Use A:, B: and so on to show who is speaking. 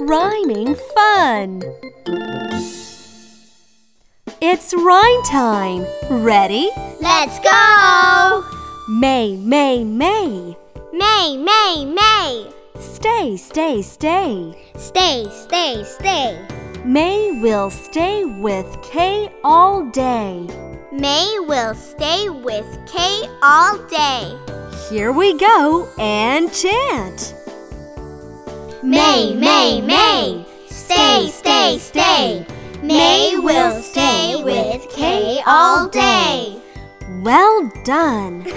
A: Rhyming fun! It's rhyme time! Ready?
B: Let's go!
A: May, May, May!
B: May, May, May.
A: Stay, stay, stay!
B: Stay, stay, stay.
A: May will stay with Kay all day.
B: May will stay with Kay all day.
A: Here we go and chant.
B: May, May, May. Stay, stay, stay. May will stay with Kay all day.
A: Well done.